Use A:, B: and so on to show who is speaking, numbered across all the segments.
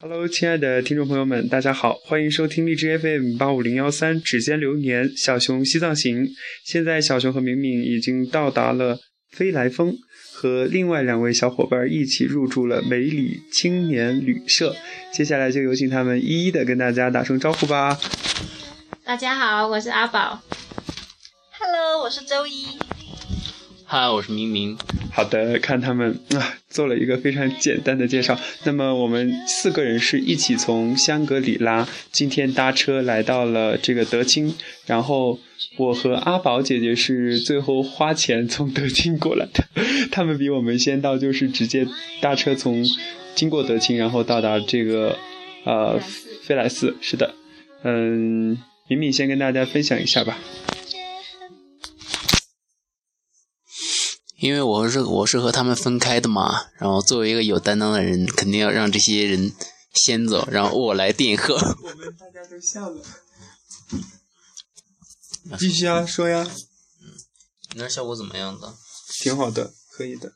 A: Hello，亲爱的听众朋友们，大家好，欢迎收听荔枝 FM 八五零幺三《指尖流年》小熊西藏行。现在，小熊和明明已经到达了飞来峰，和另外两位小伙伴一起入住了梅里青年旅社。接下来就有请他们一一的跟大家打声招呼吧。
B: 大家好，我是阿宝。
C: Hello，我是周一。
D: 嗨，我是明明。
A: 好的，看他们啊，做了一个非常简单的介绍。那么我们四个人是一起从香格里拉今天搭车来到了这个德清，然后我和阿宝姐姐是最后花钱从德清过来的，他们比我们先到，就是直接搭车从经过德清，然后到达这个呃飞来寺。是的，嗯，敏敏先跟大家分享一下吧。
D: 因为我是我是和他们分开的嘛，然后作为一个有担当的人，肯定要让这些人先走，然后我来垫后。
A: 我们大家都笑了。继续啊，说呀，
D: 你那效果怎么样的？
A: 挺好的，可以的。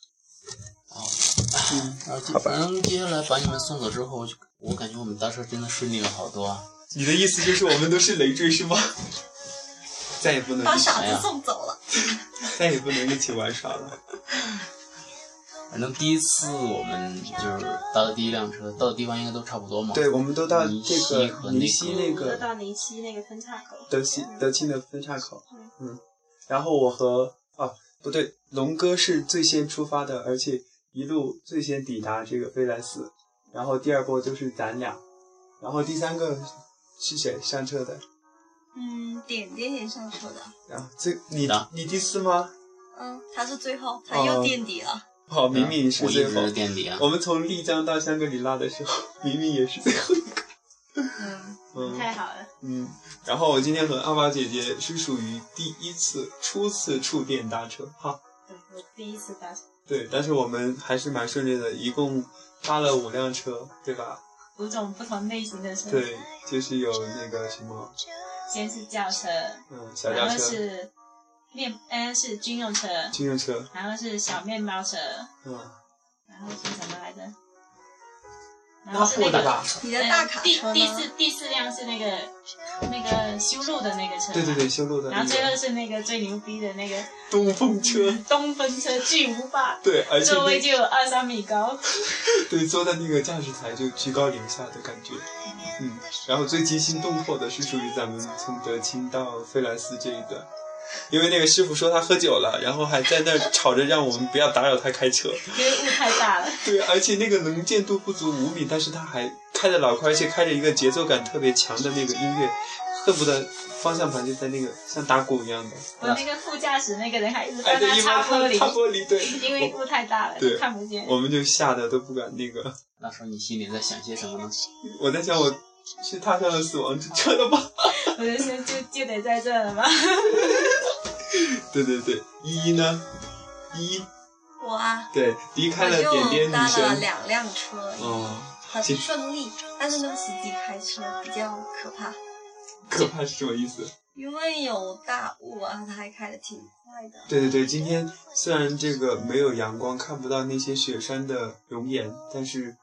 D: 嗯，好吧。反正接下来把你们送走之后，就我感觉我们搭车真的顺利了好多啊。
A: 你的意思就是我们都是累赘是吗？再也不能
C: 把
A: 一起
C: 傻子送走了。
A: 再也不能一起玩耍了。
D: 反正第一次我们就是搭的第一辆车，到的地方应该都差不多嘛。
A: 对，我们都到
D: 尼
A: 这个
D: 西和
A: 尼
D: 那
A: 西
D: 个
A: 那
C: 又
A: 个
C: 到宁溪那个分岔口，
A: 德西德清的分岔口，嗯，然后我和啊不对，龙哥是最先出发的，而且一路最先抵达这个飞来寺，然后第二波就是咱俩，然后第三个是谁上车的？
C: 嗯，点点也上车的，
A: 然后最你
D: 的
A: 你第四吗？
C: 嗯，他是最后，他
A: 哦
C: 又垫底了。
A: 好，明明是
D: 我一
A: 最
D: 直
A: 后
D: 是。垫底 啊。
A: 我们从丽江到香格里拉的时候，明明也是最后一个。
B: 嗯，
A: 嗯
B: 太好了。
A: 嗯，然后我今天和阿宝姐姐是属于第一次、初次触电搭车哈。
B: 对，我第一次搭乘，
A: 对，但是我们还是蛮顺利的，一共搭了五辆车，对吧？
B: 五种不同类型的车，
A: 对，就是有那个什么，
B: 先是轿车，
A: 嗯，小轿
B: 然后
A: 车、
B: 是面，嗯，是军用车，
A: 军用车，
B: 然后是小面包车，
A: 嗯，
B: 然后是什么来着？然后是
A: 货
B: 那
A: 的
B: 个
A: 吧？
C: 你
B: 嗯
C: 的大卡
B: 第
C: 车
B: 第四
C: 呢？
B: 第四辆是那个那个修路的那个车，
A: 对对。对，修路的
B: 然
A: 那
B: 后最后
A: 个
B: 是那个最牛逼的那个
A: 东风车，
B: 东风车巨无霸，
A: 对，而且
B: 座位
A: 那
B: 就有二三米高。
A: 对坐在那个驾驶台就居高临下的感觉，嗯，然后最惊心动魄的是属于咱们从德清到飞来寺这一段，因为那个师傅说他喝酒了，然后还在那儿吵着让我们不要打扰他开车，
B: 因为雾太 大了，
A: 对，而且那个能见度不足五米，但是他还开的老快，而且开着一个节奏感特别强的那个音乐，恨不得方向盘就在那个像打鼓一样的，
B: 我那个副驾驶那个人还一直
A: 哎
B: 在
A: 对
B: 那
A: 一
B: 擦
A: 般
B: 玻
A: 擦
B: 璃，
A: 玻璃，对，
B: 因为雾太大了，
A: 对
B: 看不见。
A: 我们就吓得都不敢那个。
D: 那时候你心里在想些什么呢？
A: 我在想，我是踏上了死亡之车了吧？
B: 我就说就就得在这了嘛。
A: 对对对，依依呢？依依
C: 我啊，
A: 对离开
C: 我
A: 了
C: 就
A: 点点女
C: 搭了
A: 神。
C: 两辆车，
A: 哦，
C: 很顺利。但是那个司机开车比较可怕，
A: 可怕是什么意思？
C: 因为有大雾啊，他还开的挺快的。
A: 对对对，今天虽然这个没有阳光，看不到那些雪山的容颜，但是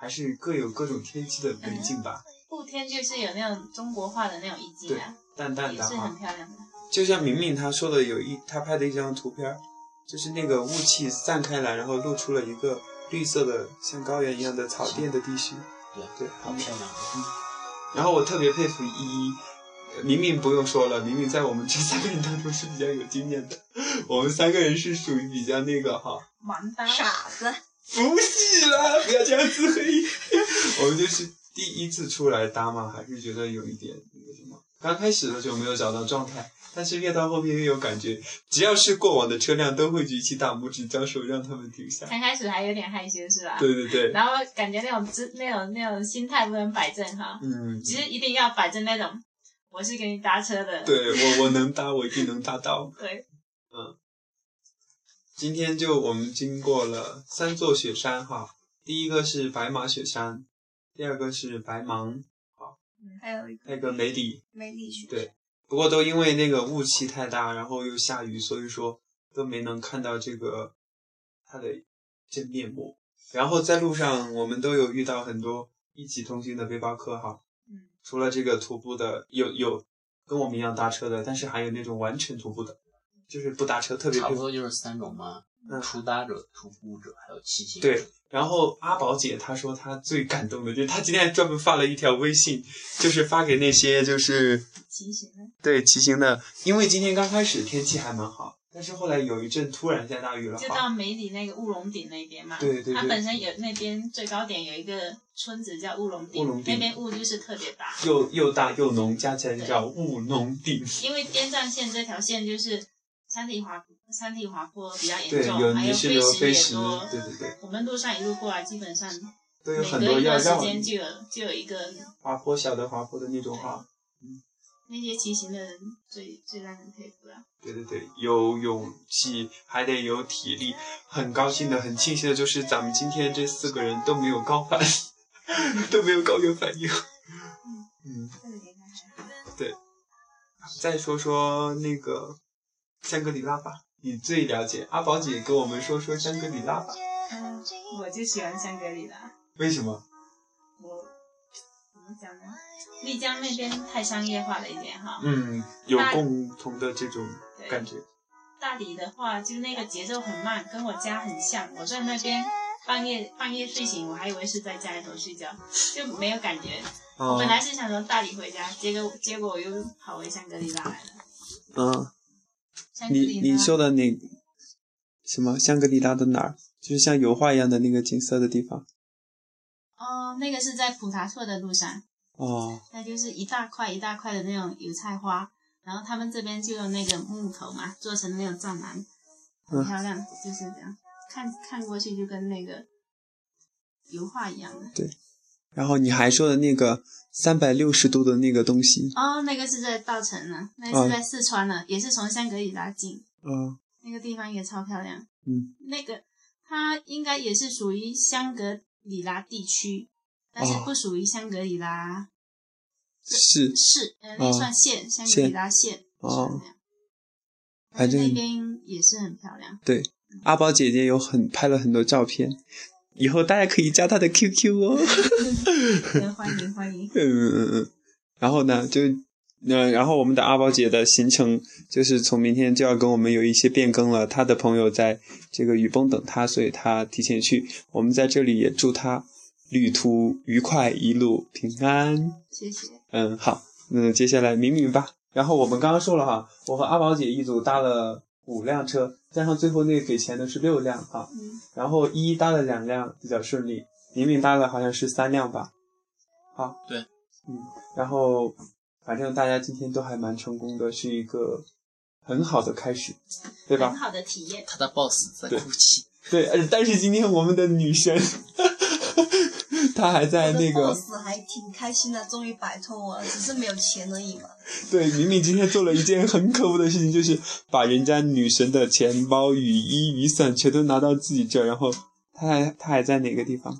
A: 还是各有各种天气的美景吧。
B: 雾天就是有那种中国画的那种遗迹啊，
A: 淡淡
B: 也
A: 的
B: 是
A: 哈
B: 很，漂亮的。
A: 就像明明她说的，有一她拍的一张图片儿，就是那个雾气散开来，然后露出了一个绿色的像高原一样的草甸的地区。
D: 对
A: 对，
D: 好漂亮。
A: 然后我特别佩服依依，呃明明不用说了，明明在我们这三个人当中是比较有经验的，我们三个人是属于比较那个哈，
B: 盲搭，
C: 傻子，
A: 不是啦，不要这样自黑，我们就是第一次出来搭嘛，还是觉得有一点那个什么。刚开始的时候没有找到状态，但是越到后面越有感觉。只要是过往的车辆，都会举起大拇指招手让他们停下。
B: 刚开始还有点害羞是吧？
A: 对对对，
B: 然后感觉那种姿那种那种心态不能摆正哈，
A: 嗯，
B: 其实一定要摆正那种，我是给你搭车的。
A: 对我我能搭，我一定能搭到。
B: 对，
A: 今天就我们经过了三座雪山哈，第一个是白马雪山，第二个是白芒，
C: 还有一个
A: 那个梅里。
C: 梅里雪，
A: 对不过都因为那个雾气太大，然后又下雨，所以说都没能看到这个它的真面目。然后在路上，我们都有遇到很多一起同行的背包客哈。
B: 嗯，
A: 除了这个徒步的，有有跟我们一样搭车的，但是还有那种完全徒步的，就是不搭车，特别
D: 差
A: 佩
D: 不
A: 服。
D: 多就是三种嘛，
A: 嗯
D: 出搭者、徒步者，还有骑行者。
A: 对，然后阿宝姐她说她最感动的就是她今天还专门发了一条微信，就是发给那些就是
B: 骑行呢？
A: 对骑行的，因为今天刚开始天气还蛮好，但是后来有一阵突然下大雨了
B: 就
A: 哈。
B: 到梅里那个乌龙顶那边嘛。
A: 对对对
B: 它本身有那边最高点有一个村子叫乌龙顶，
A: 乌龙顶
B: 那边雾就是特别大，
A: 又又大又浓，加起来就叫务农顶。
B: 因为滇藏线这条线就是山体滑山体滑坡比较严
A: 对，
B: 重，
A: 有
B: 还
A: 泥
B: 有
A: 石流、
B: 飞
A: 飞
B: 石
A: 石
B: 也多。，
A: 对对对，
B: 我们路上一路过来，基本上
A: 都有
B: 每
A: 很
B: 隔
A: 多
B: 一
A: 要
B: 段时
A: 绕
B: 间就有就有一个
A: 滑坡小的滑坡的那种啊哈。
B: 那些骑行的人最最让人佩服了。
A: 对对对，有勇气，还得有体力。很高兴的，很庆幸的就是咱们今天这四个人都没有高反， 都没有高原反应。嗯，
B: 这个应该还好。
A: 再说说那个香格里拉吧，你最了解。阿宝姐跟我们说说香格里拉吧，
B: 嗯，我就喜欢香格里拉。
A: 为什么？
B: 我怎么讲呢？丽江那边太商业化了一点哈。
A: 嗯，有共同的这种感觉。
B: 大理的话，就是那个节奏很慢，跟我家很像。我在那边半夜半夜睡醒，我还以为是在家里头睡觉，就没有感觉。我
A: 嗯
B: 本来是想从大理回家，结果结果我又跑回香格里拉来了。
A: 嗯，
B: 香格
A: 你
B: 里
A: 你
B: 拉
A: 说的那什么香格里拉的哪儿？就是像油画一样的那个景色的地方。
B: 哦，那个是在普塔措的路上，
A: 哦，
B: 那就是一大块一大块的那种油菜花，然后他们这边就用那个木头嘛，做成那种帐栏，很
A: 嗯
B: 漂亮，就是这样，看看过去就跟那个油画一样的。
A: 然后你还说的那个三百六十度的那个东西，
B: 哦，那个是在稻城呢，那个是在四川呢，也是从香格里拉进，
A: 嗯
B: 那个地方也超漂亮。
A: 嗯，
B: 那个它应该也是属于香格里拉地区，但是
A: 哦
B: 不属于香格里拉
A: 是
B: 市，呃，那
A: 哦
B: 算县，香格里拉县。
A: 哦
B: 是这样
A: 反正
B: 那边也是很漂 亮。
A: 阿宝姐姐有很拍了很多照片，以后大家可以加她的 QQ 哦。
B: 对欢迎欢迎。
A: 嗯嗯嗯。然后呢，就那然后我们的阿宝姐的行程就是从明天就要跟我们有一些变更了。她的朋友在这个雨崩等她，所以她提前去。我们在这里也祝她旅途愉快，一路平安。
B: 谢谢。
A: 嗯，好，那接下来明明吧。然后我们刚刚说了哈，我和阿宝姐一组搭了五辆车，加上最后那个给钱的是六辆哈。
B: 嗯，
A: 然后一搭了两辆比较顺利，明明搭了好像是三辆吧。好，
D: 对，
A: 嗯，然后反正大家今天都还蛮成功的，是一个很好的开始，对吧
B: 很？好的体验。
D: 他的 boss 在
A: 对
D: 哭泣，
A: 对，呃但是今天我们的女神， 她还在那
C: 我的
A: 个
C: boss 还挺开心的，终于摆脱我了，只是没有钱而已嘛。
A: 对，明明今天做了一件很可恶的事情，就是把人家女神的钱包、雨衣、雨伞全都拿到自己这儿，然后她还她还在哪个地方？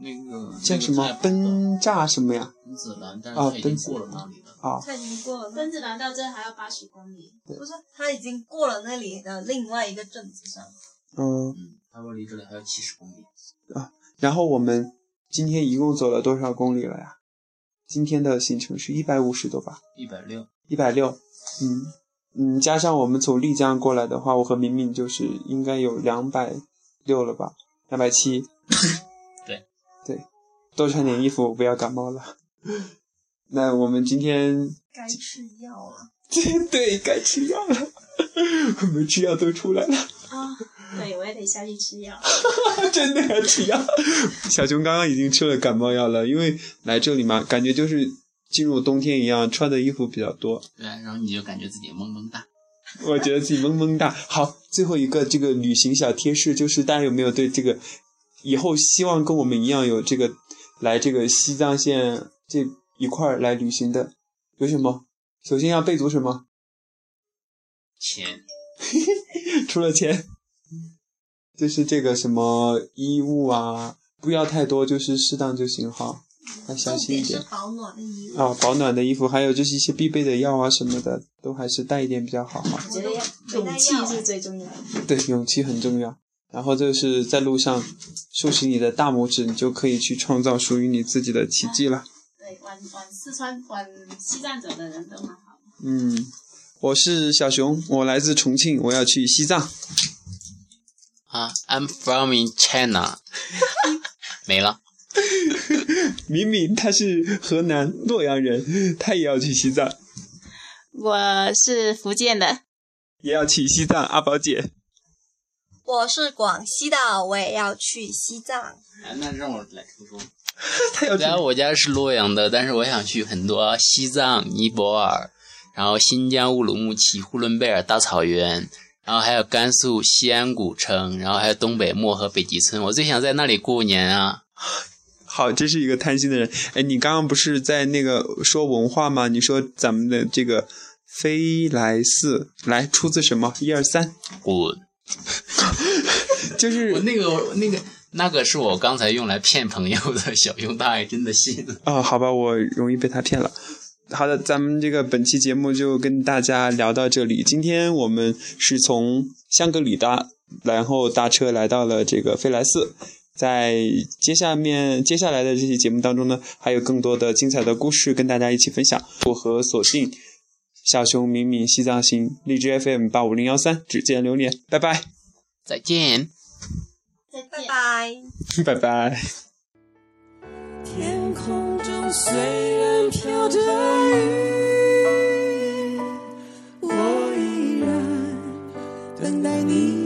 D: 那个
A: 叫什么奔炸什么呀？
D: 奔子兰，但
A: 啊
D: 是他已经
A: 奔子
D: 过了
A: 兰
D: 那里了。
A: 啊，
C: 他已经过了那，
B: 分子兰到这还要八十公里，
C: 不是他已经过了那里的另外一个镇子上。
A: 嗯，
D: 嗯，他说离这里还有七十公里。
A: 然后我们今天一共走了多少公里了呀？今天的行程是一百五十多吧？
D: 一百六，
A: 一百六，嗯嗯，加上我们从丽江过来的话，我和明明就是应该有两百六了吧，两百七。
D: 对
A: 对，多穿点衣服，不要感冒了。 那我们今天
C: 该吃药了。
A: 对该吃药了， 我们吃药都出来了，
B: 啊、对我也得下去吃药。
A: 真的要吃药。小熊刚刚已经吃了感冒药了，因为来这里嘛，感觉就是进入冬天一样，穿的衣服比较多。
D: 对，然后你就感觉自己萌萌哒。
A: 我觉得自己萌萌哒。好，最后一个这个旅行小贴士就是，大家有没有对这个以后希望跟我们一样有这个来这个西藏线这一块儿来旅行的有什么？首先要备足什么？
D: 钱，
A: 除了钱，就是这个什么衣物啊，不要太多，就是适当就行哈。要小
C: 重
A: 心一
C: 点
A: 点
C: 是保暖的衣物。
A: 啊，保暖的衣服，还有就是一些必备的药啊什么的，都还是带一点比较好哈。
B: 啊我觉得要勇气是最重要的。
A: 对，勇气很重要。然后就是在路上竖起你的大拇指，你就可以去创造属于你自己的奇迹了。
B: 对，玩玩四川玩西藏走的人都蛮好的。
A: 嗯，我是小熊，我来自重庆，我要去西藏。
D: 啊，I'm from in China，没了。
A: 明明他是河南洛阳人，他也要去西藏，
E: 我是福建的，
A: 也要去西藏。阿宝姐，
C: 我是广西的，我也要去西藏。
D: 啊，那让我来说说。
A: 他要去
D: 虽然啊我家是洛阳的，但是我想去很多西藏、尼泊尔，然后新疆乌鲁木齐、呼伦贝尔大草原，然后还有甘肃西安古城，然后还有东北漠河北极村。我最想在那里过年啊！
A: 好，这是一个贪心的人。哎，你刚刚不是在那个说文化吗？你说咱们的这个飞来寺来出自什么？一二三，
D: 滚！
A: 就是
D: 我那个我那个那个是我刚才用来骗朋友的小熊大爷，真的信了。
A: 啊、好吧，我容易被他骗了。好的，咱们这个本期节目就跟大家聊到这里。今天我们是从香格里拉，然后搭车来到了这个飞来寺。在接下面接下来的这期节目当中呢，还有更多的精彩的故事跟大家一起分享。我和锁定小熊敏敏西藏行荔枝 FM 八五零幺三，只见流年，拜拜，
D: 再见。
B: 再
C: 拜
B: 见。
C: 拜。
A: 拜拜。
F: 天空中虽然飘着雨，我依然等待你。